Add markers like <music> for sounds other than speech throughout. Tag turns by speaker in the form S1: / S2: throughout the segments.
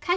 S1: 开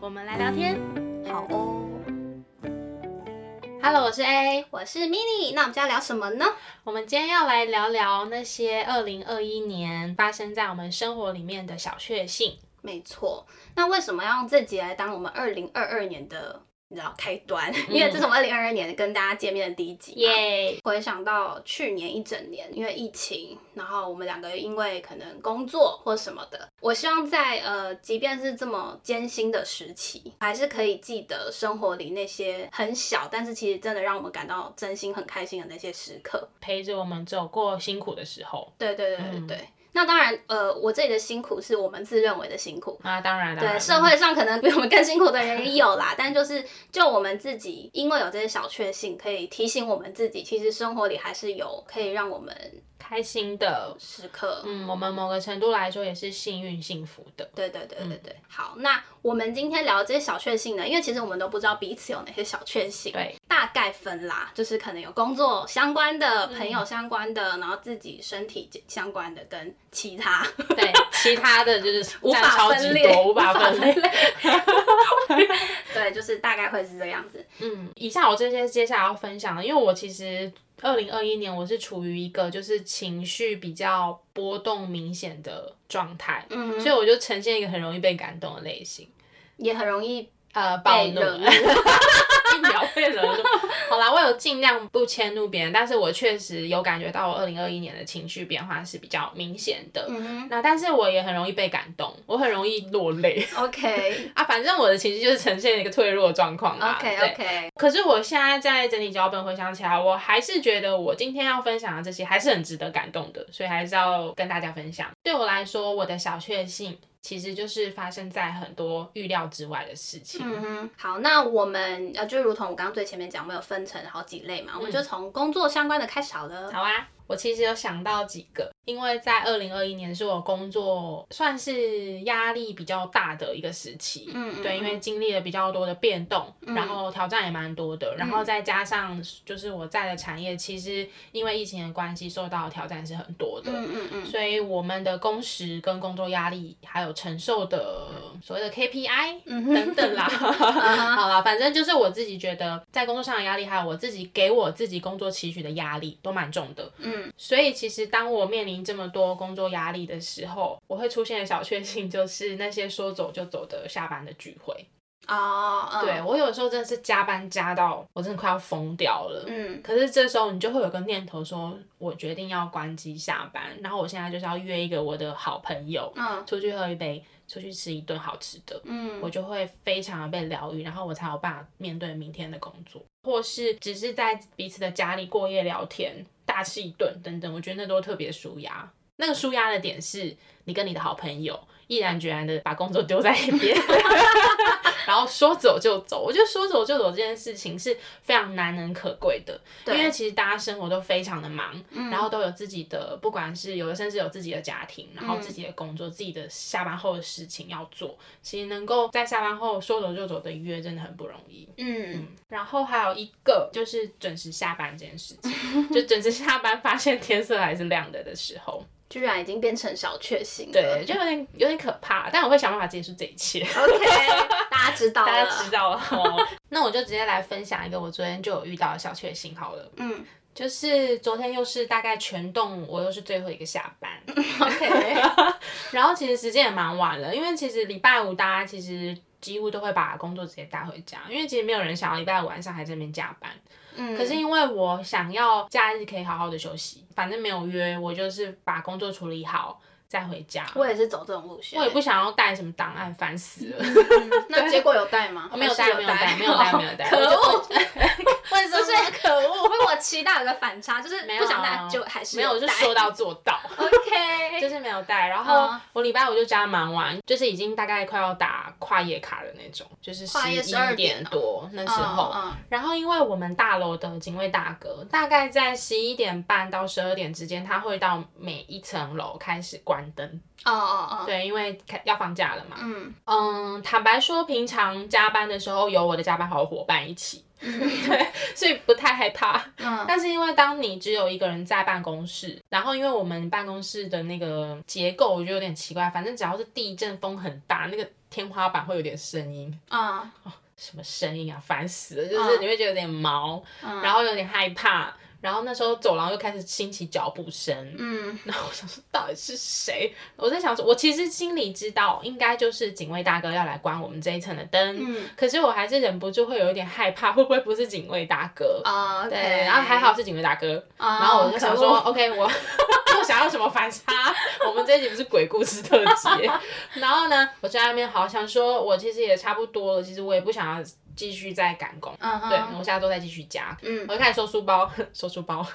S2: 我们来聊天。
S1: 好哦，
S2: Hello，我是 A，
S1: 我是 mini，那我们今天聊什么呢？
S2: 我们今天要来聊聊那些二零二一年发生在我们生活里面的小确幸。
S1: 没错，那为什么要用这集来当我们二零二二年的你知道开端？ <laughs> 因为这是我们二零二二年跟大家见面的第一集嘛。
S2: 耶、
S1: 回想到去年一整年，因为疫情，然后我们两个因为可能工作或什么的，我希望在呃，即便是这么艰辛的时期，还是可以记得生活里那些很小，但是其实真的让我们感到真心很开心的那些时刻。
S2: 陪着我们走过辛苦的时候
S1: 对对对
S2: 嗯
S1: 对对。那当然，呃，我这里的辛苦是我们自认为的辛苦，
S2: 啊，当然，当然
S1: 对，社会上可能比我们更辛苦的人也有啦，但就是就我们自己，因为有这些小确幸，可以提醒我们自己，其实生活里还是有可以让我们
S2: 开心的，
S1: 时刻。
S2: 嗯，我们某个程度来说也是幸运幸福的。
S1: 对对对对对，
S2: 嗯
S1: 好，那我们今天聊这些小确幸呢，因为其实我们都不知道彼此有哪些小确幸，
S2: 对，
S1: 大概分啦，就是可能有工作相关的、朋
S2: 嗯
S1: 友相关的，然后自己身体相关的跟其
S2: <laughs>
S1: 他
S2: 对，其他的就是
S1: <laughs> 无
S2: 占
S1: 法
S2: 超
S1: 分
S2: 级
S1: 裂，
S2: 多，无法分类。 <laughs>
S1: 类，对，就是大概会是这样子。
S2: 嗯，以下我这些接下来要分享的，因为我其实二零二一年我是处于一个就是情绪比较波动明显的状态，
S1: 嗯，
S2: 所以我就呈现一个很容易被感动的类型，
S1: 也很容易
S2: 呃，暴
S1: 被
S2: 怒。 <laughs>
S1: 惹怒。
S2: 一秒被惹怒。好啦，我有尽量不迁怒别人，但是我确实有感觉到我二零二一年的情绪变化是比较明显的。
S1: <laughs> 嗯
S2: 那但是我也很容易被感动，我很容易落泪
S1: 哼，OK
S2: 啊。反正我的情绪就是呈现一个脆弱的状况啦。
S1: OK
S2: 啊对
S1: OK，
S2: 可是我现在在整理脚本，回想起来，我还是觉得我今天要分享的这些还是很值得感动的，所以还是要跟大家分享。对我来说，我的小确幸其实就是发生在很多预料之外的事情。
S1: 嗯哼，好，那我们呃，就如同我刚刚最前面讲，我们有分成好几类嘛，我们
S2: 嗯
S1: 就从工作相关的开始好了。
S2: 好啊，我其实有想到几个，因为在二零二一年是我工作算是压力比较大的一个时期。
S1: 嗯，
S2: 对，
S1: 嗯
S2: 因为经历了比较多的变动，然后挑战也蛮多的，然
S1: 嗯
S2: 后再加上就是我在的产业，其实因为疫情的关系，受到的挑战是很多的，
S1: 嗯嗯嗯，
S2: 所以我们的工时跟工作压力，还有承受的所谓的 KPI
S1: 嗯
S2: 等
S1: <laughs>
S2: 等啦，嗯好啦，反正就是我自己觉得在工作上的压力，还有我自己给我自己工作期许的压力都蛮重的。
S1: 嗯，
S2: 所以其实当我面临这么多工作压力的时候，我会出现的小确幸就是那些说走就走的下班的聚会。
S1: 哦，嗯
S2: 对，我有时候真的是加班加到我真的快要疯掉了。
S1: 嗯
S2: 可是这时候你就会有个念头说，我决定要关机下班，然后我现在就是要约一个我的好朋友
S1: 嗯
S2: 出去喝一杯，出去吃一顿好吃的，
S1: 嗯
S2: 我就会非常的被疗愈，然后我才有办法面对明天的工作，或是只是在彼此的家里过夜聊天、大吃一顿等等，我觉得那都特别舒压。那个舒压的点是你跟你的好朋友毅然决然的把工作丢在一
S1: <laughs>
S2: 边，然后说走就走。我觉得说走就走这件事情是非常难能可贵的，因
S1: 对嗯
S2: 为其实大家生活都非常的忙，然后都有自己的，不管是有的甚至有自己的家庭，然后自己的工作、自己的下班后的事情要做。其实能够在下班后说走就走的约，真的很不容易。
S1: 嗯，
S2: 然后还有一个就是准时下班这件
S1: <laughs>
S2: 事情，就准时下班发现天色还是亮的的时候，
S1: 居然已经变成小确幸了。
S2: 对，就有点有点可怕。但我会想办法结束这一切。
S1: ，OK，大家知道
S2: <laughs> 大
S1: 了
S2: 家。知道了哦。那我就直接来分享一个我昨天就有遇到的小确幸好了，
S1: 嗯
S2: <laughs> 就是昨天又是大概全栋我又是最后一个下 <laughs> 班， <laughs>
S1: ，OK，
S2: 然后其实时间也蛮晚了，因为其实礼拜五大家其实。几乎都会把工作直接带回家，因为其实没有人想要礼拜五晚上还在那边加班。
S1: 嗯，
S2: 可是因为我想要假日可以好好的休息，反正没有约，我就是把工作处理好再回家。
S1: 我也是走这种路线。
S2: 我也不想要带什么档案，烦死了。
S1: 那结果有带吗？
S2: 哦没有带，
S1: 还是
S2: 没有带，
S1: 带，
S2: 没有带，没有带。
S1: <laughs> 可恶！
S2: 我就！我为什么？可恶！
S1: <laughs> 我我期待有个反差，就是
S2: 没有，啊
S1: 不想带就还是
S2: 没有，我
S1: 带
S2: 是说到做
S1: <laughs>
S2: 到。
S1: OK，
S2: <laughs> 就是没有带，然后
S1: 嗯
S2: 我礼拜五就加忙完，就是已经大概快要打跨夜卡的那种，就是
S1: 跨夜
S2: 十
S1: 12
S2: 一
S1: 点
S2: 点
S1: 哦
S2: 多那
S1: 嗯
S2: 时候。
S1: 嗯
S2: 然后因为我们大楼的警卫大哥大概在十一点半到十二点之间，他会到每一层楼开始关灯。
S1: 哦哦哦，
S2: 对，因为开要放假了嘛。
S1: 嗯，
S2: 嗯，坦白说，平常加班的时候有我的加班好伙伴一起， <laughs> 对，所以不太害怕。
S1: 嗯
S2: 但是因为当你只有一个人在办公室，然后因为我们办公室的那个结构我觉得有点奇怪，反正只要是地震风很大，那个天花板会有点声音，
S1: 嗯
S2: 什么声音啊，烦死了，就是你会觉得有点毛，
S1: 嗯
S2: 然后有点害怕。然后那时候走廊又开始兴起脚步声，
S1: 嗯
S2: 然后我想说到底是谁？我在想说，我其实心里知道，应该就是警卫大哥要来关我们这一层的灯，
S1: 嗯
S2: 可是我还是忍不住会有一点害怕，会不会不是警卫大哥？
S1: 哦，OK，
S2: 对，然后还好是警卫大哥，
S1: 哦，
S2: 然后我就想
S1: 可
S2: 说
S1: 恶
S2: ，OK，我我想要什么反差？我们这一集不是鬼故事特辑。 <laughs> 然后呢，我在那边好想说，我其实也差不多了，其实我也不想要继续再赶工。
S1: 嗯哼
S2: 对，我下周再继续加。
S1: 嗯
S2: 我就开始收书包， <laughs> 收书包，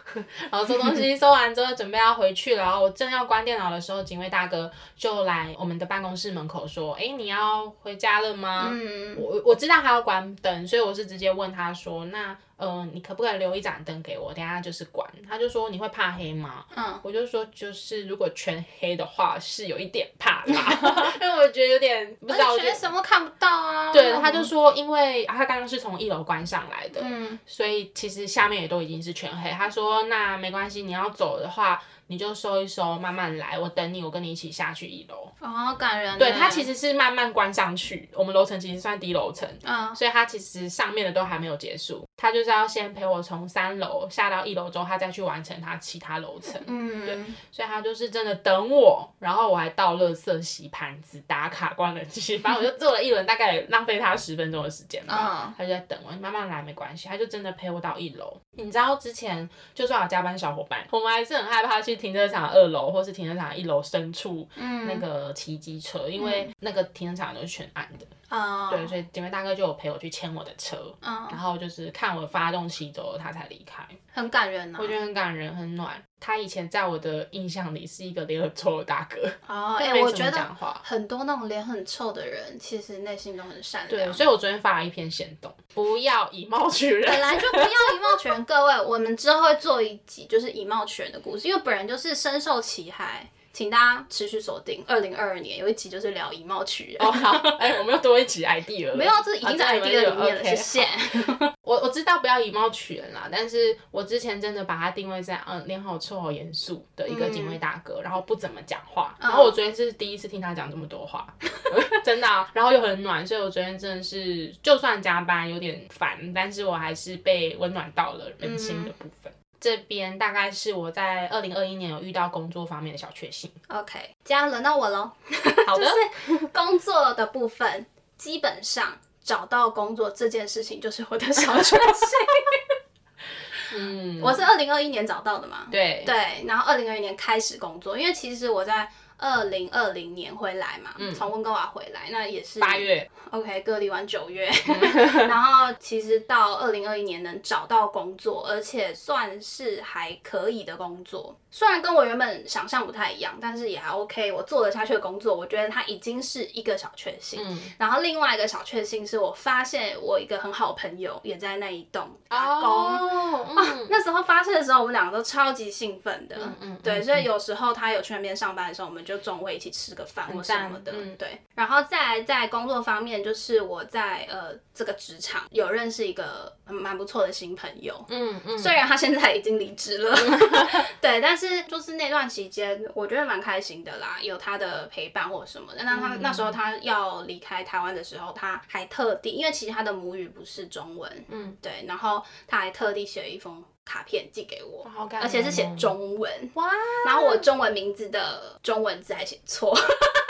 S2: 然后收东西，收完之后准备要回去了。然后我正要关电脑的时候，警卫大哥就来我们的办公室门口说：“哎，你要回家了吗？”
S1: 嗯
S2: 我我知道他要关灯，所以我是直接问他说：“那呃，你可不可以留一盏灯给我？等一下就是关。”他就说：“你会怕黑吗？”
S1: 嗯
S2: 我就说：“就是如果全黑的话，是有一点怕
S1: <laughs>
S2: 啦， <laughs> 因为我觉得有点不知道。
S1: 而
S2: 我
S1: 且
S2: 觉
S1: 学
S2: 得”
S1: 什么看不到啊？
S2: 对，他就说，因为啊他刚刚是从一楼关上来的，
S1: 嗯
S2: 所以其实下面也都已经是全黑。他说：“那没关系，你要走的话，你就收一收，慢慢来，我等你，我跟你一起下去一楼。
S1: 哦，好感人呢。
S2: 对，他其实是慢慢关上去，我们楼层其实算低楼层，
S1: 嗯
S2: 所以他其实上面的都还没有结束，他就是要先陪我从三楼下到一楼之后，他再去完成他其他楼层。
S1: 嗯，
S2: 所以他就是真的等我，然后我还倒垃圾、洗盘子、打卡、关冷气，反正我就做了一轮，大概浪费他十分钟的时间吧。
S1: 嗯
S2: 他就在等我，你慢慢来没关系。他就真的陪我到一楼。你知道之前就算有加班小伙伴，我们还是很害怕去停车场二楼或是停车场一楼深处
S1: 嗯
S2: 那个骑机车，因为那个停车场都是全暗的。
S1: 哦，
S2: 对，所以警卫大哥就有陪我去牵我的车，然
S1: 嗯，
S2: 后就是看我发动骑走了，他才离开。
S1: 很感人呐啊
S2: 我。觉得很感人，很暖。他以前在我的印象里是一个脸很臭的大哥，
S1: 哦，
S2: 根
S1: 哎，
S2: 本没
S1: 我
S2: 怎
S1: 觉
S2: 么
S1: 得
S2: 讲话。
S1: 很多那种脸很臭的人，其实内心都很善良。
S2: 对，所以我昨天发了一篇行动，不要以貌取
S1: <laughs> 本
S2: 人。
S1: 来就不要以貌取人，各位，我们之后会做一集就是以貌取人的故事，因为本人就是深受其害，请大家持续锁定。二零二二年有一集就是聊以貌取人，
S2: 哦好，哎、我们又多一集 idea
S1: <laughs>
S2: 了。
S1: 没有，这已经在
S2: 啊
S1: ID 的
S2: 真的
S1: 里面了，谢
S2: ，OK，
S1: 谢。
S2: 我我知道不要以貌取人啦，但是我之前真的把他定位在嗯脸好臭、好严肃的一个警
S1: 嗯
S2: 卫大哥，然后不怎么讲话。然后我昨天是第一次听他讲这么多话， <laughs> 真的啊、然后又很暖，所以我昨天真的是就算加班有点烦，但是我还是被温暖到了人心
S1: 嗯
S2: 的部分。这边大概是我在二零二一年有遇到工作方面的小
S1: <laughs>
S2: 确幸。
S1: OK，这样轮到我喽。
S2: 好的，
S1: <laughs> 工作的部分，基本上找到工作这件事情就是我的小确幸。
S2: 嗯，
S1: <laughs> 我是二零二一年找到的嘛，
S2: 对，
S1: 对，然后二零二一年开始工作，因为其实我在二零二零年回来嘛，从温哥华回来，那也是
S2: 嗯八月，嗯
S1: OK 隔离完九月， <laughs>
S2: <laughs>
S1: 然后其实到二零二一年能找到工作，而且算是还可以的工作，虽然跟我原本想象不太一样，但是也还 OK，我做得下去的工作，我觉得它已经是一个小确幸。
S2: 嗯，
S1: 然后另外一个小确幸是我发现我一个很好的朋友也在那一栋打工。
S2: 哦，嗯，
S1: 那时候发现的时候，我们两个都超级兴奋的，
S2: 嗯嗯
S1: 对，
S2: 嗯
S1: 所以有时候他有去那边上班的时候，我们就中午会一起吃个饭或什么的，
S2: 嗯
S1: 对。然后再来在工作方面，就是我在呃这个职场有认识一个嗯蛮不错的新朋友，
S2: 嗯嗯，
S1: 虽然他现在已经离职
S2: <laughs>
S1: 了，对，但是就是那段期间，我觉得蛮开心的啦，有他的陪伴或什么的。那
S2: 嗯
S1: 他、那时候他要离开台湾的时候，他还特地，因为其实他的母语不是中文，
S2: 嗯，
S1: 对，然后他还特地写了一封卡片寄给我，
S2: 好感人
S1: 而
S2: 哦，
S1: 且是写中文，
S2: 哇，
S1: 然后我中文名字的中文字还写错，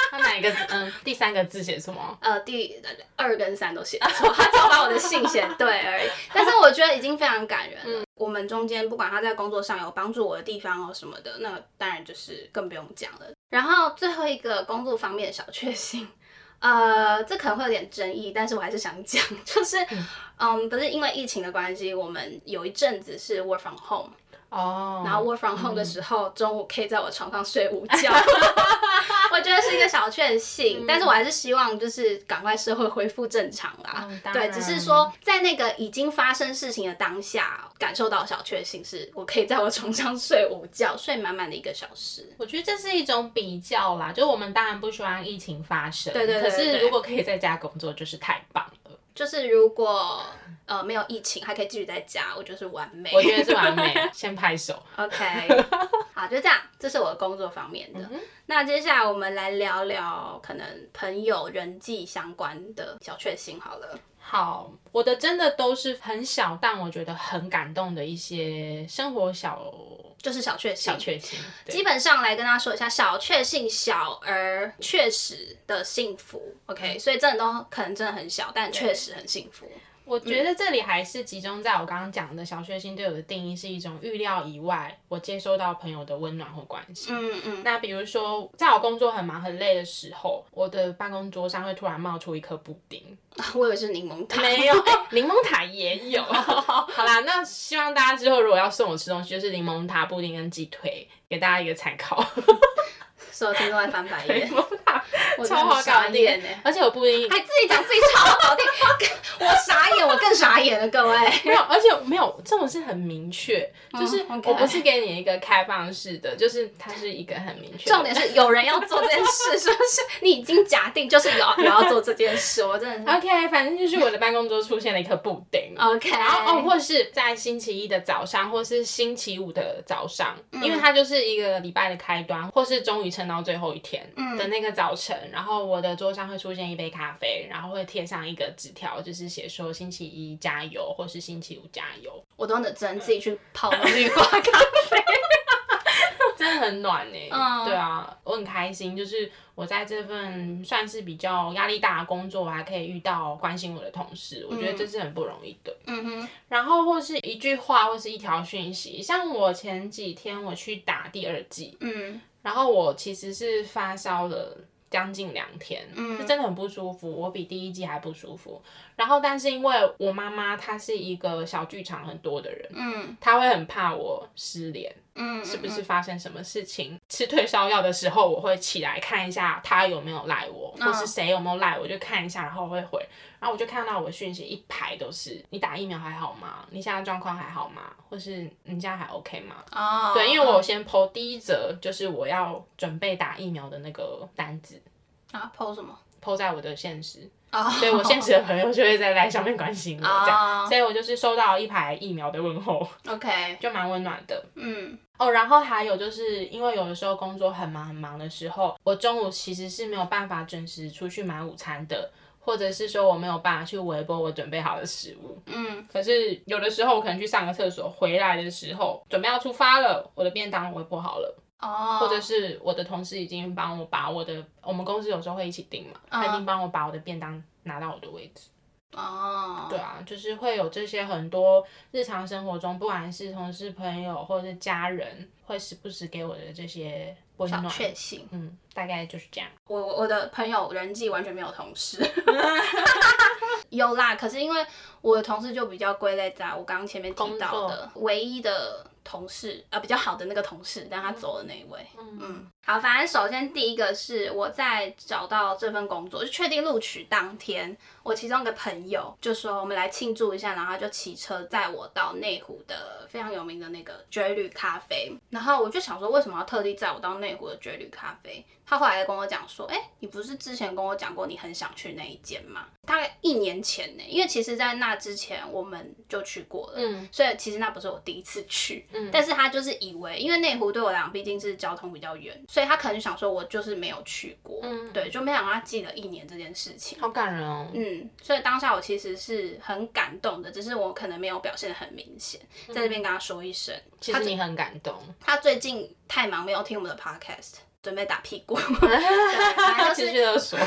S2: 他哪一个字？嗯，第三个字写什么？
S1: 呃，第二跟三都写错，他只有把我的姓写对而已。但是我觉得已经非常感人了。我们中间不管他在工作上有帮助我的地方哦什么的，那当然就是更不用讲了。然后最后一个工作方面的小确幸， <laughs> 呃，这可能会有点争议，但是我还是想讲，就是，嗯，不是因为疫情的关系，我们有一阵子是 work from home，
S2: 哦，
S1: 然后 work from home 的时候，中午可以在我床上睡午
S2: <laughs>
S1: 觉，我觉得是一个小确
S2: 嗯
S1: 幸，但是我还是希望就是赶快社会恢复正常啦。
S2: 嗯当
S1: 对，
S2: 然
S1: 只是说在那个已经发生事情的当下，感受到小确幸是，我可以在我床上睡午觉，睡满满的一个小时。
S2: 我觉得这是一种比较啦，就我们当然不希望疫情发生，
S1: 对对对对
S2: 可
S1: 对
S2: 是如果可以在家工作，就是太棒了，
S1: 就是如果呃没有疫情，还可以继续在家，我就是完美。
S2: 我觉得是完 <laughs> 美。先拍手，
S1: OK，好，就这样，这是我的工作方面的。那接下来我们来聊聊可能朋友人际相关的小确幸好了。
S2: 好，我的真的都是很小，但我觉得很感动的一些生活小
S1: 就是小确幸
S2: 小。确幸。对
S1: 基本上来跟大家说一下，小确幸、小而确实的幸福，OK，所以真的都可能真的很小，但确实很幸福。
S2: 我觉得这里还是集中在我刚刚讲的小确幸对我的定义是一种预料以外，我接收到朋友的温暖或关心。
S1: 嗯嗯，
S2: 那比如说，在我工作很忙很累的时候，我的办公桌上会突然冒出一颗布丁，
S1: <laughs> 我以为是柠檬
S2: <laughs>
S1: 糖，
S2: 没有，哎柠檬塔也有。 <laughs> 好啦，那希望大家之后如果要送我吃东西，就是柠檬塔、布丁跟鸡腿，给大家一个参 <laughs> 考。
S1: 所有听众在翻白
S2: 柠
S1: 眼，
S2: 檬塔
S1: 我真
S2: 超
S1: 的
S2: 好搞
S1: 傻
S2: 定
S1: 眼哎，，
S2: 而且我布丁
S1: 还自己讲自己超好听， <laughs> 我傻眼，我更傻眼了，各位。
S2: 没有，而且没有这种是很明确，就是
S1: 嗯，OK
S2: 我不是给你一个开放式的，就是它是一个很明确的。
S1: 重点是有人要做这件事， <laughs> 是不是？你已经假定就是有有要做这件事，我真 <laughs> 的是
S2: OK，反正就是我的办公桌出现了一颗布丁。
S1: OK。
S2: 然后哦，或是在星期一的早上，或是星期五的早上，因为它就是一个礼拜的开端，或是终于撑到最后一天
S1: 嗯
S2: 的那个早晨，然后我的桌上会出现一杯咖啡，然后会贴上一个纸条，就是写说星期一加油，或是星期五加油， <laughs>
S1: 我都只能自己去泡那绿瓜咖 <laughs> 啡。
S2: 真的很暖呢、
S1: 嗯
S2: 对啊，我很开心，就是我在这份算是比较压力大的工作，我还可以遇到关心我的同事，我觉得这是很不容易的。
S1: 嗯哼，
S2: 然后或是一句话，或是一条讯息，像我前几天我去打第二剂，
S1: 嗯
S2: 然后我其实是发烧了。将近两天，是真的很不舒服，我比第一季还不舒服。然后，但是因为我妈妈她是一个小剧场很多的人，
S1: 嗯
S2: 她会很怕我失联，
S1: 嗯，
S2: 是不是发生什么事情？吃退烧药的时候，我会起来看一下他有没有赖我，
S1: 嗯
S2: 或是谁有没有赖我，就看一下，然后我会回。然后我就看到我的讯息一排都是：你打疫苗还好吗？你现在状况还好吗？或是你现在还 OK 吗？
S1: 哦，
S2: 对，因为我有先 PO 第一则就是我要准备打疫苗的那个单子
S1: 啊抛什么？
S2: ，PO 在我的现实，
S1: 哦，
S2: 所以我现实的朋友就会在赖上面关心我这样，
S1: 哦
S2: 所以我就是收到一排疫苗的问候，
S1: OK，
S2: 就蛮温暖的。
S1: 嗯
S2: 哦，然后还有就是因为有的时候工作很忙很忙的时候，我中午其实是没有办法准时出去买午餐的，或者是说我没有办法去微波我准备好的食物。
S1: 嗯
S2: 可是有的时候我可能去上个厕所，回来的时候准备要出发了，我的便当微波好了，
S1: 哦，
S2: 或者是我的同事已经帮我把我的，我们公司有时候会一起订嘛，他已经帮我把我的便当拿到我的位置。
S1: 哦，
S2: 对啊，就是会有这些很多日常生活中，不管是同事、朋友或者是家人，会时不时给我的这些温
S1: 小
S2: 暖。
S1: 确幸。
S2: 嗯，大概就是这样。
S1: 我我我的朋友人际完全没有同事，有啦，可是因为我的同事就比较归类在我刚刚前面提到的唯一的同事，呃，比较好的那个同事，但他走的那一位。嗯好，反正首先第一个是我在找到这份工作，就确定录取当天，我其中一个朋友就说我们来庆祝一下，然后他就骑车载我到内湖的非常有名的那个绝旅咖啡，然后我就想说为什么要特地载我到内湖的绝旅咖啡？他后来跟我讲说，哎、你不是之前跟我讲过你很想去那一间吗？大概一年前呢，因为其实在那之前我们就去过了，
S2: 嗯，
S1: 所以其实那不是我第一次去，
S2: 嗯
S1: 但是他就是以为，因为内湖对我来讲毕竟是交通比较远，所以他可能想说我就是没有去过，
S2: 嗯
S1: 对，就没想到他记了一年这件事情。
S2: 好感人哦。
S1: 嗯，所以当下我其实是很感动的，只是我可能没有表现的很明显，在这边跟他说一声。
S2: 其
S1: 他
S2: 实你很感动，
S1: 他最近太忙，没有听我们的 podcast。准备打屁 <laughs> 股。
S2: 他
S1: 反正就是 <laughs>
S2: 情绪勒索，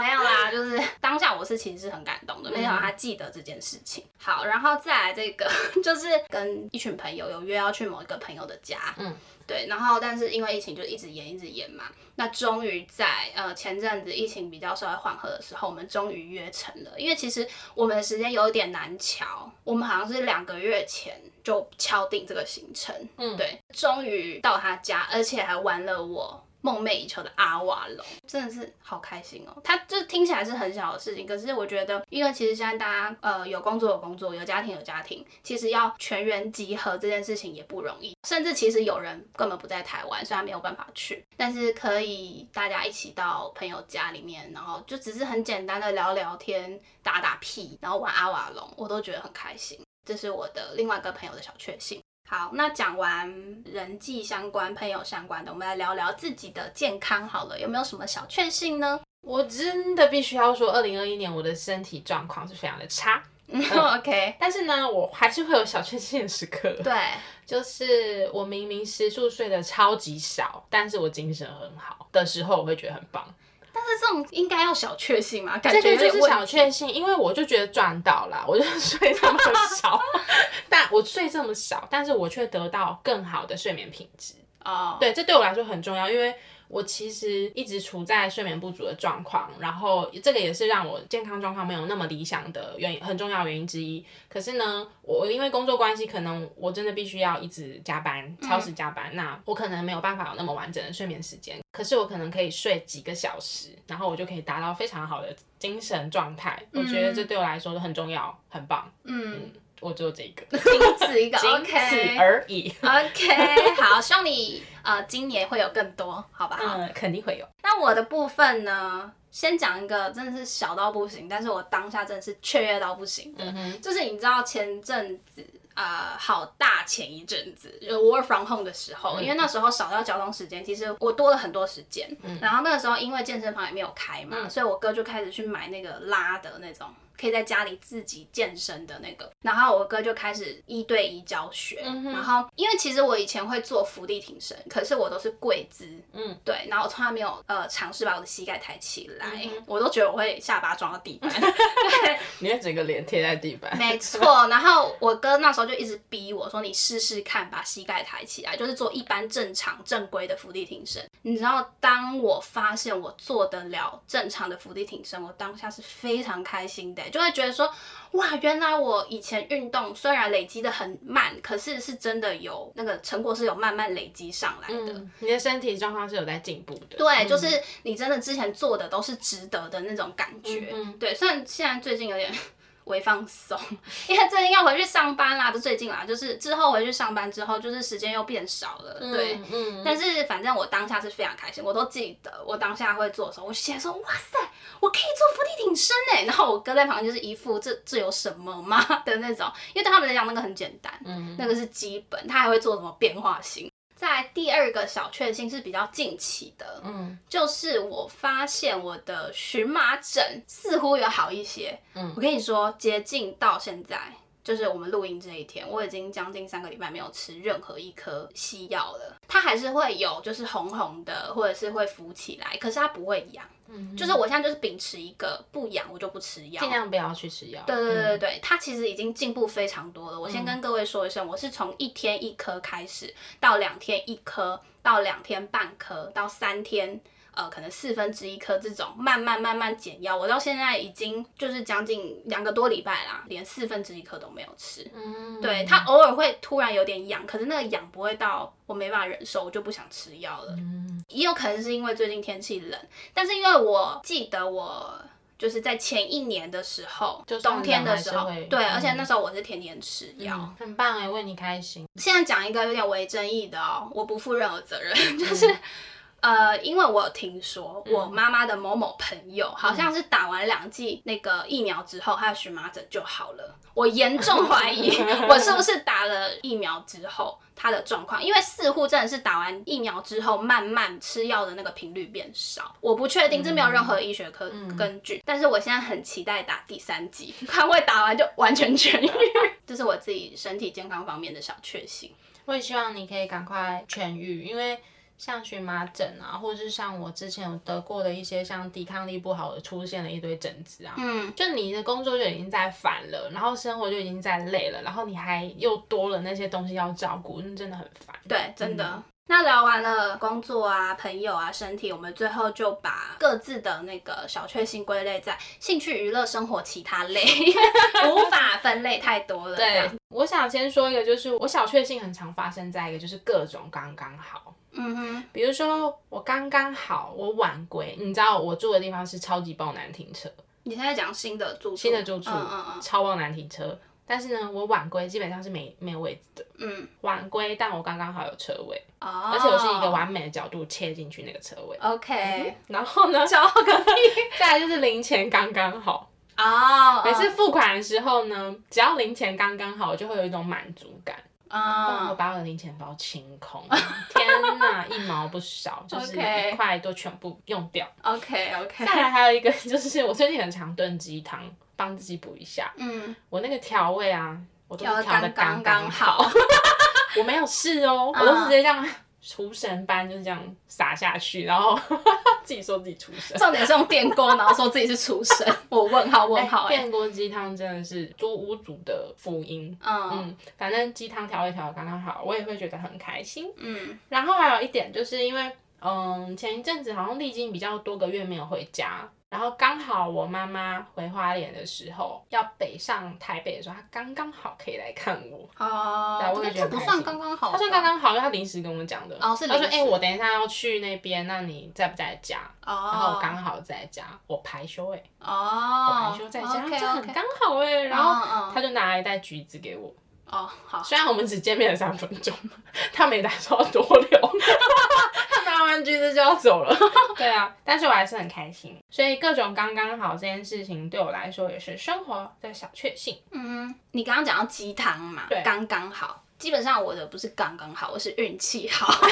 S1: 没有啦，就是 <laughs> 嗯当下我是其实是很感动的，没想到他记得这件事情。好，然后再来这个 <laughs> 就是跟一群朋友有约要去某一个朋友的家，
S2: 嗯
S1: 嗯，对，然后但是因为疫情就一直延一直延嘛，那终于在呃前阵子疫情比较稍微缓和的时候，我们终于约成了，因为其实我们的时间有一点难瞧，我们好像是两个月前就敲定这个行程，
S2: 嗯
S1: 嗯，对，终于到他家，而且还玩了我梦寐以求的阿瓦隆，真的是好开心哦。他这听起来是很小的事情，可是我觉得，因为其实现在大家呃有工作有工作，有家庭有家庭，其实要全员集合这件事情也不容易，甚至其实有人根本不在台湾，虽然没有办法去，但是可以大家一起到朋友家里面，然后就只是很简单的聊聊天、打打屁，然后玩阿瓦隆，我都觉得很开心。这是我的另外一个朋友的小确幸。好，那讲完人际相关、朋友相关的，我们来聊聊自己的健康好了，有没有什么小确幸呢、
S2: 我真的必须要说，二零二一年我的身体状况是非常的差，
S1: <laughs> 嗯 o k
S2: 但是呢，我还是会有小确幸的时刻， <laughs>
S1: 对，
S2: 就是我明明时数睡得超级少，但是我精神很好的时候，我会觉得很棒。
S1: 但是这种应该要小确幸嘛，感
S2: 这
S1: 觉
S2: 个
S1: 有点
S2: 就是
S1: 问
S2: 小确幸，因为我就觉得赚到啦，我就 <laughs> 睡这么少， <laughs> 但我睡这么少，但是我却得到更好的睡眠品质。
S1: 哦，
S2: 对，这对我来说很重要，因为我其实一直处在睡眠不足的状况，然后这个也是让我健康状况没有那么理想的原因，很重要的原因之一。可是呢，我因为工作关系，可能我真的必须要一直加班，超时加班，那我可能没有办法有那么完整的睡眠时间。可是我可能可以睡几个小时，然后我就可以达到非常好的精神状态。我觉得这对我来说很重要，很棒。
S1: 嗯，
S2: 我只有这一个，
S1: 仅此
S2: <laughs>
S1: 一个
S2: 仅
S1: ，OK，
S2: 此而已。
S1: OK，好，希望你呃今年会有更多，好不好？
S2: 嗯， <laughs> 肯定会有。
S1: 那我的部分呢，先讲一个真的是小到不行，但是我当下真的是雀跃到不行的，
S2: 嗯哼，
S1: 就是你知道前阵子。呃，好大前一阵子，就 work from home 的时
S2: 嗯
S1: 候，因为那时候少掉交通时间，其实我多了很多时间。
S2: 嗯
S1: 然后那个时候因为健身房也没有开嘛，所以我哥就开始去买那个拉的那种，可以在家里自己健身的那个。然后我哥就开始一对一教学，
S2: 嗯
S1: 然后因为其实我以前会做伏地挺身，可是我都是跪姿，
S2: 嗯
S1: 嗯，对，然后我从来没有呃尝试把我的膝盖抬起来，
S2: 嗯哼
S1: 我都觉得我会下巴撞到地板。
S2: 你会整个脸贴在地板。
S1: 没错，然后我哥那时候就一直逼我说：“你试试看，把膝盖抬起来，就是做一般正常正规的伏地挺身。”你知道，当我发现我做得了正常的伏地挺身，我当下是非常开心的，就会觉得说：“哇，原来我以前运动虽然累积的很慢，可是是真的有那个成果是有慢慢累积上来的。
S2: 嗯，你的身体状况是有在进步的。
S1: 对，就是你真的之前做的都是值得的那种感觉。
S2: 嗯
S1: 对，虽然现在最近有点 <laughs> 微放松，因为最近要回去上班啦，不是最近啦，就是之后回去上班之后，就是时间又变少了。对。
S2: 嗯嗯，
S1: 但是反正我当下是非常开心，我都记得我当下会做的时候，我写说哇塞，我可以做伏地挺身哎，然后我哥在旁边就是一副这这有什么吗 <laughs> 的那种，因为对他们来讲那个很简单，
S2: 嗯
S1: 那个是基本，他还会做什么变化型。在第二个小确幸是比较近期的，
S2: 嗯
S1: 就是我发现我的荨麻疹似乎有好一些。
S2: 嗯
S1: 我跟你说，接近到现在，就是我们录音这一天，我已经将近三个礼拜没有吃任何一颗西药了。它还是会有，就是红红的，或者是会浮起来，可是它不会痒。
S2: 嗯
S1: 就是我现在就是秉持一个不痒我就不吃药，
S2: 尽量不要去吃药。
S1: 对对对对对，它其实已经进步非常多了。我先跟各位说一声，我是从一天一颗开始，到两天一颗，到两天半颗，到三天。呃，可能四分之一颗这种慢慢慢慢减药，我到现在已经就是将近两个多礼拜啦，连四分之一颗都没有吃。
S2: 嗯，
S1: 对，它偶尔会突然有点痒，可是那个痒不会到我没办法忍受，我就不想吃药了。
S2: 嗯
S1: 也有可能是因为最近天气冷，但是因为我记得我就是在前一年的时候，
S2: 就算
S1: 冬天的时
S2: 冷
S1: 候
S2: 还是会，
S1: 对，
S2: 嗯
S1: 而且那时候我是天天吃药。
S2: 嗯很棒哎，为你开心。
S1: 现在讲一个有点为争议的哦，我不负任何责任，就是。呃，因为我有听说我妈妈的某某朋友，好像是打完两剂那个疫苗之后，她的荨麻疹就好了。我严重怀疑我是不是打了疫苗之后她的状况，因为似乎真的是打完疫苗之后，慢慢吃药的那个频率变少。我不确定，这没有任何医学科根据。但是我现在很期待打第三剂，看会打完就完全痊愈。这是我自己身体健康方面的小确幸。
S2: 我也希望你可以赶快痊愈，因为像荨麻疹啊，或者是像我之前有得过的一些像抵抗力不好的出现了一堆疹子啊，
S1: 嗯，
S2: 就你的工作就已经在烦了，然后生活就已经在累了，然后你还又多了那些东西要照顾，那真的很烦。
S1: 对，真的。
S2: 嗯
S1: 那聊完了工作啊、朋友啊、身体，我们最后就把各自的那个小确幸归类在兴趣、娱乐、生活其他类， <laughs> 无法分类太多了。这
S2: 对
S1: 样，，
S2: 我想先说一个，就是我小确幸很常发生在一个，就是各种刚刚好。
S1: 嗯哼，
S2: 比如说我刚刚好，我晚归，你知道我住的地方是超级爆难停车，
S1: 你现在讲新的住处，
S2: 新的住处、
S1: 嗯嗯
S2: 超爆难停车，但是呢，我晚归基本上是没没有位置的，
S1: 嗯嗯，
S2: 晚归，但我刚刚好有车位，
S1: 哦，
S2: 而且我是一个嗯完美的角度切进去那个车位。
S1: OK，
S2: 然
S1: <laughs>
S2: 后呢，
S1: 骄傲个屁
S2: 再来就是零钱刚刚好。
S1: 哦，
S2: 每次付款的时候呢，只要零钱刚刚好，我就会有一种满足感。我
S1: 嗯
S2: 把我的零钱包清空， <laughs> 天哪，一毛
S1: <laughs>
S2: 不少，就是一
S1: OK
S2: 块多全部用掉。
S1: <laughs> ，OK OK，
S2: 再来还有一个就是，我最近很常炖鸡汤，帮自己补一下。
S1: 嗯，
S2: 我那个调味啊，我都是调
S1: 调
S2: 的
S1: 得刚
S2: 刚刚
S1: 刚
S2: 好
S1: 好，嗯
S2: 我没有试
S1: <laughs>
S2: 哦，我都是直接这样厨神般就是这样撒下去，然后 <laughs> 自己说自己厨神。
S1: 重点是用电锅，然后说自己是厨神，我问号问号、
S2: 哎
S1: 欸，
S2: 电锅鸡汤真的是租屋主的福音。
S1: 嗯
S2: 嗯，反正鸡汤调味调的刚刚好，我也会觉得很开心。
S1: 嗯
S2: 然后还有一点，就是因为嗯，前一阵子好像历经比较多个月没有回家，然后刚好我妈妈回花莲的时候要北上台北的时候，她刚刚好可以来看我。对啊
S1: 哦，
S2: 我也
S1: 这
S2: 觉得
S1: 这不
S2: 很开
S1: 算
S2: 心
S1: 刚刚好吧，
S2: 她算刚刚好，因为她临时跟我讲的。
S1: 哦是
S2: 她说：“
S1: 临时
S2: 哎、我等一下要去那边，那你在不在家？”然后我
S1: 哦，
S2: 刚好在家，我排休哎、我
S1: 哦，
S2: 排休在家，
S1: OK
S2: 这很
S1: OK，
S2: 刚好哎、然后。
S1: 嗯
S2: 她就拿了一袋橘子给我，
S1: 嗯哦好，
S2: 虽然我们只见面了三分钟，她没打算要多留， <laughs> 她拿完橘子就要走了。 <laughs> 对啊，但是我还是很开心，所以各种刚刚好这件事情对我来说也是生活的小确幸。
S1: 嗯，你刚刚讲到鸡汤嘛，
S2: 对
S1: 刚刚好。基本上我的不是刚刚好，我是运气好。我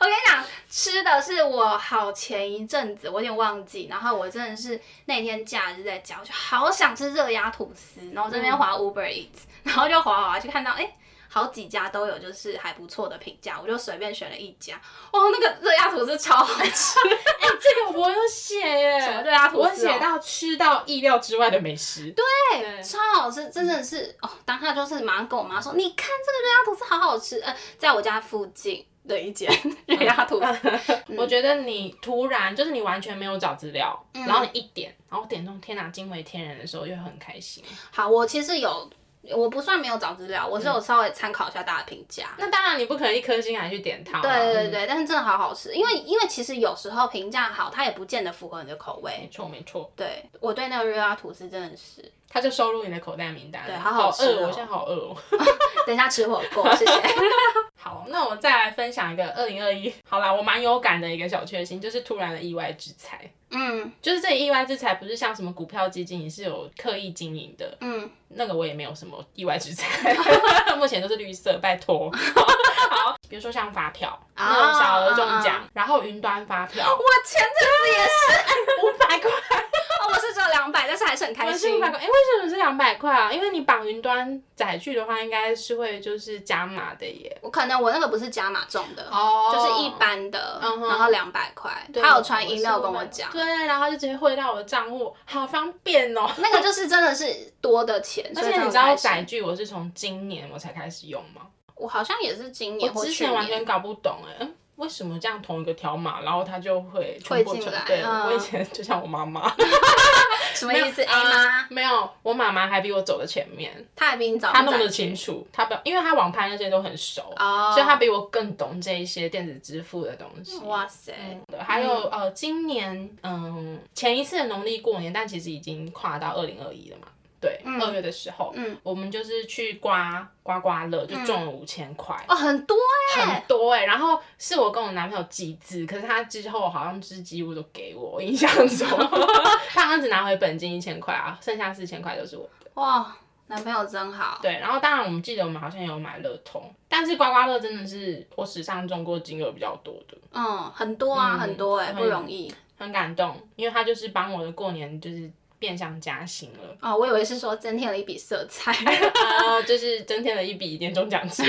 S1: 跟你讲，吃的是我好前一阵子，我有点忘记。然后我真的是那天假日在家，我就好想吃热压吐司，然后我这边滑 Uber Eats，、然后就滑滑滑就看到哎。诶好几家都有，就是还不错的评价，我就随便选了一家。哦，那个热压吐司超好吃，
S2: 哎、这个我有写耶，
S1: 什么对啊吐司哦
S2: 我写到吃到意料之外的美食。对，嗯
S1: 对，哎超好吃，真的是哦！当下就是马上跟我妈说，你看这个热压吐司好好吃，呃，在我家附近的一
S2: <laughs>
S1: 间热压吐
S2: 嗯
S1: 司，
S2: 我觉得你突然就是你完全没有找资料，然后你一点，然后点中天哪惊为天人的时候，又很开心。
S1: 好，我其实有，我不算没有找资料，我是
S2: 嗯
S1: 有稍微参考一下大家的评价。
S2: 那当然你不可能一颗星还去点它、啊，
S1: 对对
S2: 嗯，
S1: 对，但是真的好好吃，因为因为其实有时候评价好，它也不见得符合你的口味
S2: 没。错没错，
S1: 对我对那个热压吐司真的是， <laughs>
S2: 它就收入你的口袋名单。
S1: 对好好吃
S2: 饿、
S1: 哦
S2: 我现在好饿哦。 <laughs>
S1: 等一下吃火锅，谢谢。
S2: 好，那我再来分享一个二零二一，好啦，我蛮有感的一个小确幸，就是突然的意外之财。
S1: 嗯
S2: 就是这个意外之财不是像什么股票基金，你是有刻意经营的，
S1: 嗯，
S2: 那个我也没有什么意外之财， <laughs> 目前都是绿色，拜托。 <laughs> 好，比如说像发票，
S1: 啊
S2: 那种小额中奖，然后云端发票
S1: <laughs> 我前阵子也是，
S2: 五百块，
S1: 哦，我是只有两百，但是还是很开
S2: 我是
S1: 心
S2: 五。百块，哎、为什么是两百块啊？因为你绑云端载具的话，应该是会就是加码的耶。
S1: 我可能我那个不是加码中的，
S2: 哦
S1: 就是一般的，
S2: 嗯哼
S1: 然后两百块，
S2: 对
S1: 他有传
S2: 我是
S1: email 跟
S2: 500
S1: 我讲，
S2: 对，然后就直接汇到我的账户，好方便 <laughs> 哦。
S1: 那个就是真的是多的钱，
S2: 而
S1: 所以
S2: 且
S1: 真的
S2: 你知道
S1: 很开
S2: 载
S1: 心
S2: 具我是从今年我才开始用吗？
S1: 我好像也是今
S2: 我
S1: 年或
S2: 之
S1: 去
S2: 前完全
S1: 年，
S2: 搞不懂哎、嗯为什么这样同一个条码，然后它就会全
S1: 会
S2: 部
S1: 进
S2: 成
S1: 来
S2: 对，
S1: 嗯
S2: 我以前就像我妈妈，
S1: 什么意思？A
S2: 啊
S1: 吗？
S2: <laughs> 没有，我妈妈还比我走的前面，
S1: 他还比你早，
S2: 她弄得清楚，她不，因为她网拍那些都很熟，
S1: 哦，
S2: 所以她比我更懂这一些电子支付的东西。
S1: 哇塞，
S2: 哎对，还有、呃，今年嗯前一次的农历过年，但其实已经跨到二零二一了嘛。对，
S1: 嗯
S2: 二、月的时候，
S1: 嗯
S2: 我们就是去刮刮刮乐，就中了五千块，
S1: 哦，很多
S2: 很
S1: 哎，
S2: 多哎、然后是我跟我男朋友集资，可是他之后好像就是几乎都给我，我印象
S1: <laughs>
S2: 中，他好像只拿回本金一千块啊，剩下四千块都是我。
S1: 哇，男朋友真好，
S2: 对，然后当然我们记得我们好像有买乐透，但是刮刮乐真的是我史上中过金额比较多的，
S1: 嗯，很多啊，
S2: 嗯
S1: 很多哎，
S2: 嗯
S1: 不容易
S2: 很感动，因为他就是帮我的过年就是变相加薪了。
S1: <laughs> 哦，我以为是说增添了一笔
S2: <laughs>
S1: 色彩，
S2: 啊，就是增添了一笔年终奖金。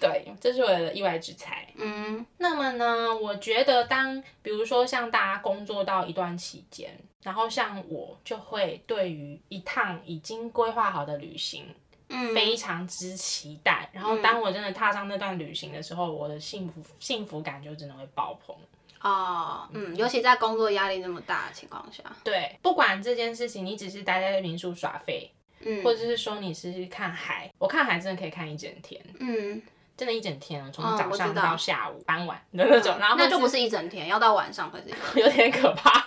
S2: 对，这是我的意外之财。
S1: 嗯
S2: 那么呢，我觉得当比如说像大家工作到一段期间，然后像我就会对于一趟已经规划好的旅行
S1: 嗯，
S2: 非常之期待，然后当我真的踏上那段旅行的时候，我的幸福幸福感就真的会爆棚。
S1: 哦，嗯，尤其在工作压力那么大的情况下，
S2: 对，不管这件事情你只是待在民宿耍废，
S1: 嗯，
S2: 或者是说你是去看海，我看海真的可以看一整天，
S1: 嗯，
S2: 真的一整天哦，从
S1: 嗯
S2: 早
S1: 我知
S2: 上
S1: 道嗯
S2: 到下午傍晚的那 <laughs> 种，然后
S1: 那就
S2: 或
S1: 不是一整天，要到晚上才是一整天。
S2: 有点
S1: <laughs>
S2: 可怕。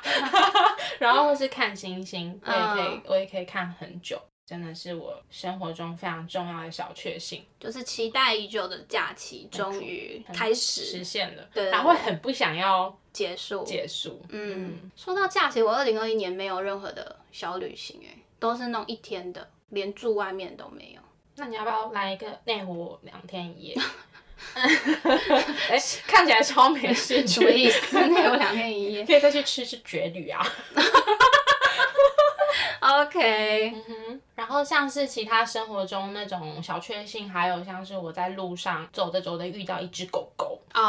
S2: 然后或是看星星，我也可以，
S1: 嗯
S2: 我也可以看很久，真的是我生活中非常重要的小确幸，
S1: 就是期待已久的假期终于开
S2: 实
S1: 始
S2: 现了，
S1: 对对
S2: 然后会很不想要
S1: 结束。
S2: 结束。
S1: 嗯，说到假期，我二零二一年没有任何的小旅行、欸，都是那种一天的，连住外面都没有。
S2: <laughs> 那你要不要来一个内湖两天一
S1: <laughs>
S2: 夜？ <laughs> 哎、看起来超没兴
S1: 什
S2: 趣
S1: 么意思？那有两天
S2: <laughs>
S1: 一夜。
S2: 可以再去吃吃绝旅啊。
S1: OK，
S2: 嗯然后像是其他生活中那种小确幸，还有像是我在路上走着走着遇到一只狗狗，
S1: 哦、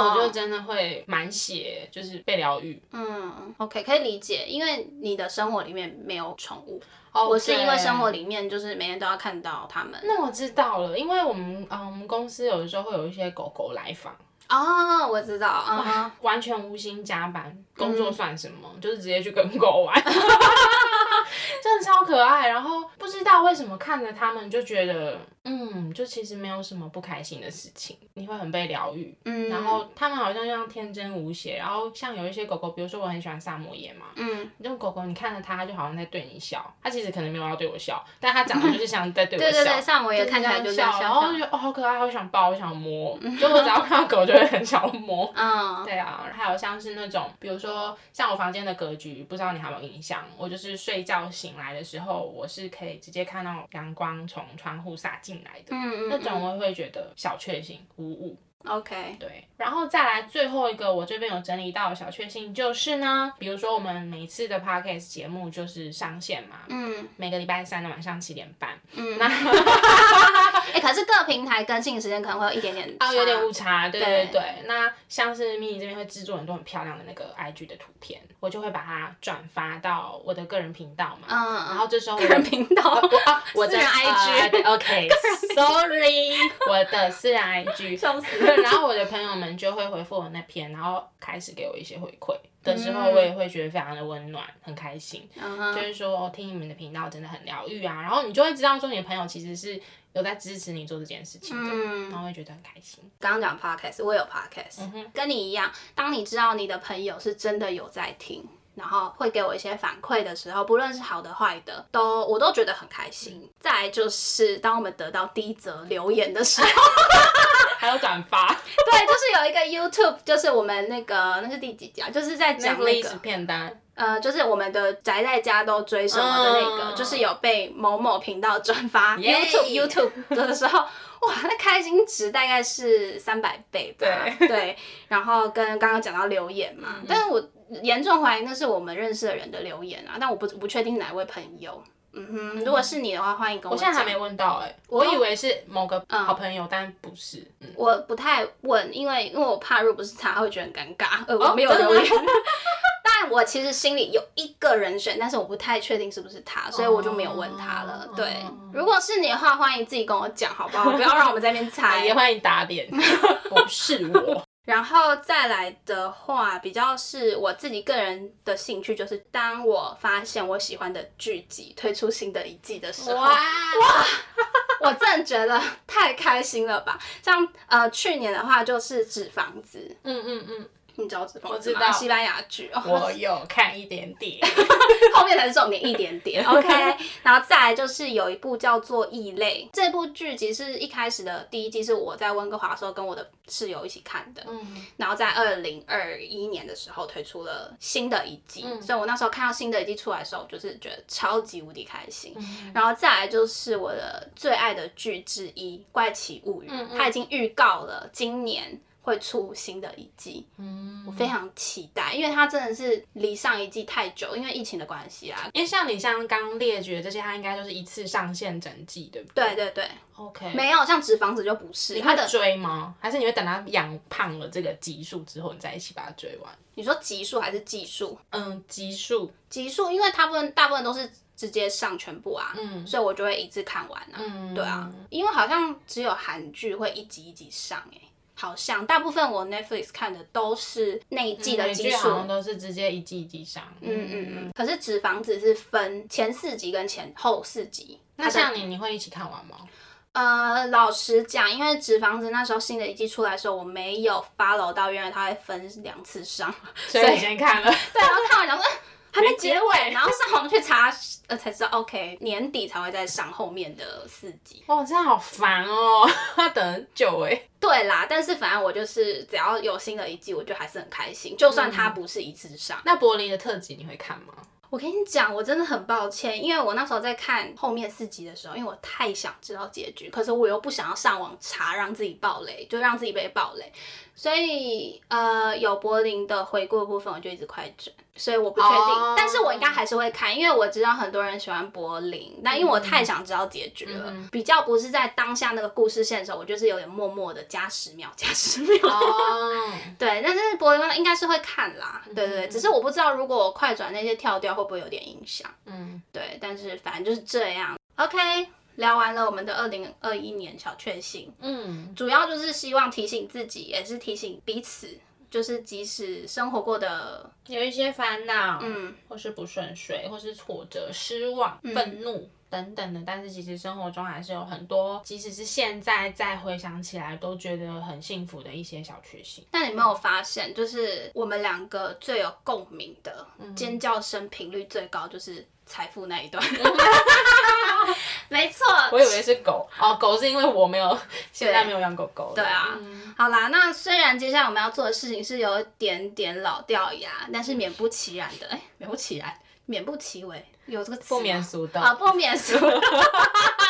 S2: 嗯我就真的会满血，就是被疗愈。
S1: 嗯，OK，可以理解，因为你的生活里面没有宠物，
S2: 哦
S1: 我是因为
S2: 对
S1: 生活里面就是每天都要看到它们。
S2: 那我知道了，因为我们嗯，我们公司有的时候会有一些狗狗来访，
S1: 哦，我知道，啊、
S2: 完全无心加班，工
S1: 嗯
S2: 作算什么？就是直接去跟狗玩， <laughs> 真的超可爱。然后不知道为什么看着他们就觉得，嗯，就其实没有什么不开心的事情，你会很被疗愈。
S1: 嗯，
S2: 然后他们好像就像天真无邪，然后像有一些狗狗，比如说我很喜欢萨摩耶嘛，
S1: 嗯，
S2: 那种狗狗你看着它，它就好像在对你笑，它其实可能没有要对我笑，但它长得就是像在对我
S1: 对
S2: 笑。
S1: 对对，上我也看起来就
S2: 就是这样
S1: 笑
S2: 然后
S1: 笑
S2: 就觉得哦好可爱，好想抱，好
S1: <laughs>
S2: 想摸，就我只要看到狗就会很想摸。
S1: 嗯，
S2: 对啊，还有像是那种，比如说像我房间的格局，不知道你还有没有印象？我就是睡觉醒来的时候，我是可以直接看到阳光从窗户洒进来的，
S1: 嗯嗯，
S2: 那种我会觉得小确幸无误。
S1: 嗯 OK，
S2: 对，然后再来最后一个，我这边有整理到的小确幸就是呢，比如说我们每次的 podcast 节目就是上线嘛，
S1: 嗯
S2: 每个礼拜三的晚上七点半，
S1: 嗯， <laughs>
S2: 那。
S1: 哎、可是各平台更新的时间可能会有一点点
S2: 啊，有点误
S1: 差
S2: 差，对
S1: 对
S2: 对对。那像是 mini 这边会制作很多很漂亮的那个 IG 的图片，我就会把它转发到我的个人频道嘛。
S1: 嗯嗯哦
S2: 然后这时候我
S1: 个人频道，
S2: 我啊， <laughs> 我
S1: 私
S2: 的
S1: 人 IG <laughs>
S2: OK，Sorry，我的私人 IG。
S1: 笑死
S2: 对，然后我的朋友们就会回复我那篇，然后开始给我一些回馈的时候，
S1: 嗯
S2: 我也会觉得非常的温暖，很开心。
S1: 嗯
S2: 就
S1: 哼，
S2: 是说哦听你们的频道真的很疗愈啊，然后你就会知道说你的朋友其实是有在支持你做这件事情的，
S1: 嗯
S2: 然后会觉得很开心。
S1: 刚刚讲 podcast，我有 podcast，、跟
S2: 嗯
S1: 你一样，当你知道你的朋友是真的有在听，然后会给我一些反馈的时候，不论是好的坏的，都我都觉得很开
S2: 嗯
S1: 心。再来就是当我们得到第一则留言的时
S2: <laughs>
S1: 候，
S2: 还有转发，
S1: 对，就是有一个 YouTube，就是我们那个那是第几集啊？就是在
S2: 那
S1: 讲
S2: 个
S1: 那
S2: 历
S1: 个
S2: 史片单，
S1: 呃，就是我们的宅在家都追什么的那个，
S2: 嗯
S1: 就是有被某某频道转发
S2: 耶
S1: YouTube YouTube 的时候，哇，那开心值大概是三百倍吧。对然后跟刚刚讲到留言嘛，
S2: 嗯
S1: 但是我严重怀疑那是我们认识的人的留言啊，但我不不确定哪位朋友。嗯哼，如果是你的话，欢迎跟
S2: 我
S1: 哦讲。嗯
S2: 现在还没问到哎、我以为是某个好朋友，但不是，嗯，
S1: 我不太问，因为因为我怕如果不是他，他会觉得很尴尬，呃，我
S2: 哦
S1: 没有
S2: 真的
S1: 留
S2: 吗
S1: 言。 <laughs> 但我其实心里有一个人选，但是我不太确定是不是他，所以我就没有问他了。
S2: 哦
S1: 对，如果是你的话，欢迎自己跟我讲，好不
S2: <laughs>
S1: 好？不要让我们在那边
S2: 也
S1: 猜。
S2: 欢迎打
S1: <laughs>
S2: 脸，不是我，
S1: 然后再来的话，比较是我自己个人的兴趣，就是当我发现我喜欢的剧集推出新的一季的时候，
S2: 哇，
S1: <laughs> 我真的觉得太开心了吧！像呃去年的话就是《纸房子》，
S2: 嗯嗯嗯，
S1: 你知道这
S2: 我
S1: 房
S2: 知
S1: 子
S2: 道
S1: 吗？西班牙剧哦，
S2: <laughs> 我有看一点点，
S1: 后面才是重点一点
S2: <laughs>
S1: 点。OK，然 <laughs> 后再来就是有一部叫做《异类》这部剧，集是一开始的第一季是我在温哥华的时候跟我的室友一起看的，
S2: 嗯，
S1: 然后在二零二一年的时候推出了新的一季，
S2: 嗯
S1: 所以我那时候看到新的一季出来的时候，我就是觉得超级无敌开
S2: 嗯
S1: 心。然后再来就是
S2: 嗯
S1: 我的最爱的剧之一《怪奇物语》，它已经预告了今年。会出新的一季，
S2: 嗯，
S1: 我非常期待，因为它真的是离上一季太久，因为疫情的关系啊。
S2: 因为像你像刚列举的这些，它应该就是一次上线整季，对不
S1: 对
S2: 对？对
S1: 对对，
S2: ，OK。
S1: 没有像纸房子就不是
S2: 你
S1: 它
S2: 会
S1: 的，
S2: 追吗？还是你会等它养胖了这个集数之后，你再一起把它追完？
S1: 你说集数还是季数？
S2: 嗯，集数，
S1: 集数，因为大部分大部分都是直接上全部啊，
S2: 嗯
S1: 所以我就会一次看完啊。
S2: 嗯，
S1: 对啊，因为好像只有韩剧会一集一集上诶、好像大部分我 Netflix 看的都是嗯那一季的
S2: 每
S1: 集
S2: 嗯剧
S1: 数。
S2: 好像都是直接一季一季上。
S1: 嗯嗯嗯，可是《纸房子》是分前四集跟前后四集。
S2: 那
S1: 它的
S2: 像你，你会一起看完
S1: <laughs>
S2: 吗？
S1: 呃，老实讲，因为《纸房子》那时候新的一季出来的时候，我没有 follow 到，原来它会分两次上。
S2: 所以你先看了，
S1: <laughs> 对，然后看完想说嗯 <laughs> 还没
S2: 没
S1: 结
S2: 结
S1: 尾，
S2: 尾
S1: 然后上网去查，呃，才知道 OK 年底才会再上后面的四集。
S2: <laughs> 哇，真的好烦哦， <laughs> 要等很久哎。
S1: 对啦，但是反正我就是只要有新的一季，我就还是很开心，就算它不是一次上。
S2: 那柏林的特辑你会看吗？
S1: 我跟你讲，我真的很抱歉，因为我那时候在看后面四集的时候，因为我太想知道结局，可是我又不想要上网查，让自己爆雷，就让自己被爆雷，所以呃，有柏林的回顾的部分，我就一直快转，所以我不确定
S2: 哦
S1: 但是我应该还是会看，因为我知道很多人喜欢柏林，那因为我太想知道结局了，比较不是在当下那个故事线的时候，我就是有点默默的加十秒，加十秒。
S2: 哦，
S1: 对，但是柏林观应该是会看啦，对对对，只是我不知道如果我快转那些跳掉会不会有点影响，
S2: <laughs> 嗯，
S1: 对，但是反正就是这样。OK，聊完了我们的二零二一年小确幸，
S2: 嗯，
S1: 主要就是希望提醒自己，也是提醒彼此，就是即使生活过的，
S2: 有一些烦恼，
S1: 嗯，
S2: 或是不顺遂，或是挫折、失望、愤怒。等等的，但是其实生活中还是有很多，即使是现在再回想起来，都觉得很幸福的一些小确幸。
S1: 但你没有发现，就是我们两个最有共鸣的、尖叫声频率最高，就是财富那一段。没错，
S2: <laughs> 我以为是狗 <laughs> 哦，狗是因为我没有，现在没有养狗狗。
S1: 对啊，好啦，那虽然接下来我们要做的事情是有一点点老掉牙，但是免不其然的，哎、免不其然，免不其为，有这个词吗
S2: 不免俗 <laughs> 的
S1: 啊，不免俗。 <laughs>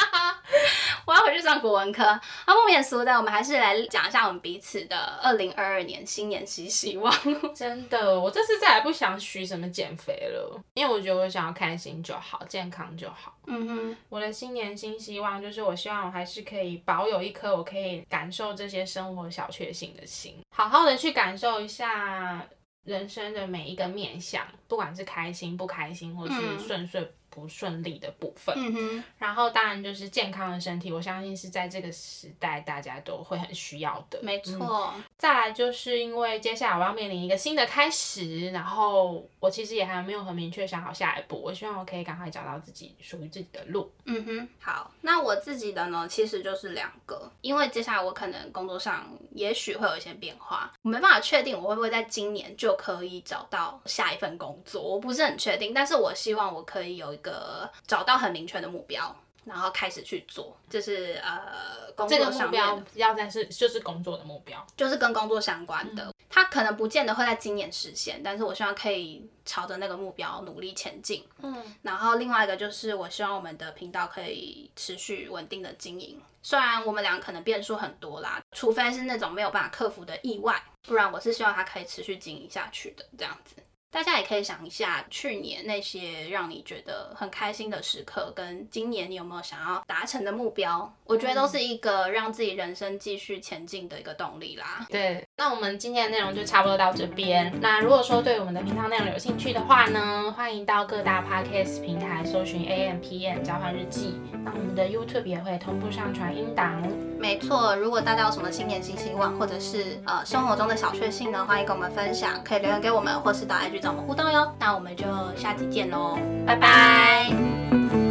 S1: 我要回去上国文科。啊，不免俗的，我们还是来讲一下我们彼此的二零二二年新年新希望。
S2: 真的，我这次再也不想许什么减肥了，因为我觉得我想要开心就好，健康就好。
S1: 嗯哼，
S2: 我的新年新希望就是，我希望我还是可以保有一颗我可以感受这些生活小确幸的心，好好的去感受一下人生的每一个面向，不管是开心不开心，或是
S1: 嗯
S2: 顺遂不顺利的部分。
S1: 嗯哼，
S2: 然后当然就是健康的身体，我相信是在这个时代大家都会很需要的。
S1: 没
S2: 嗯
S1: 错。
S2: 再来就是因为接下来我要面临一个新的开始，然后我其实也还没有很明确想好下一步，我希望我可以赶快找到自己属于自己的路。
S1: 嗯哼，好，那我自己的呢，其实就是两个，因为接下来我可能工作上也许会有一些变化，我没办法确定我会不会在今年就可以找到下一份工作，我不是很确定，但是我希望我可以有一个找到很明确的目标，然后开始去做，就是呃工
S2: 这个
S1: 作
S2: 目
S1: 上面的
S2: 标要在是就是工作的目标，
S1: 就是跟工作相关
S2: 嗯
S1: 的，它可能不见得会在今年实现，但是我希望可以朝着那个目标努力前进。
S2: 嗯，
S1: 然后另外一个就是我希望我们的频道可以持续稳定的经营，虽然我们俩可能变数很多啦，除非是那种没有办法克服的意外，不然我是希望它可以持续经营下去的这样子。大家也可以想一下，去年那些让你觉得很开心的时刻，跟今年你有没有想要达成的目标，我觉得都是一个让自己人生继续前进的一个动力啦。
S2: 对。那我们今天的内容就差不多到这边。那如果说对我们的频道内容有兴趣的话呢，欢迎到各大 podcast 平台搜寻 A M P M 交换日记。那我们的 YouTube 也会同步上传音档。哦
S1: 没错，如果大家有什么新年新希望，或者是呃生活中的小确幸呢，欢迎跟我们分享，可以留言给我们，或是到 IG 找我们互动哟。那我们就下期见喽，拜拜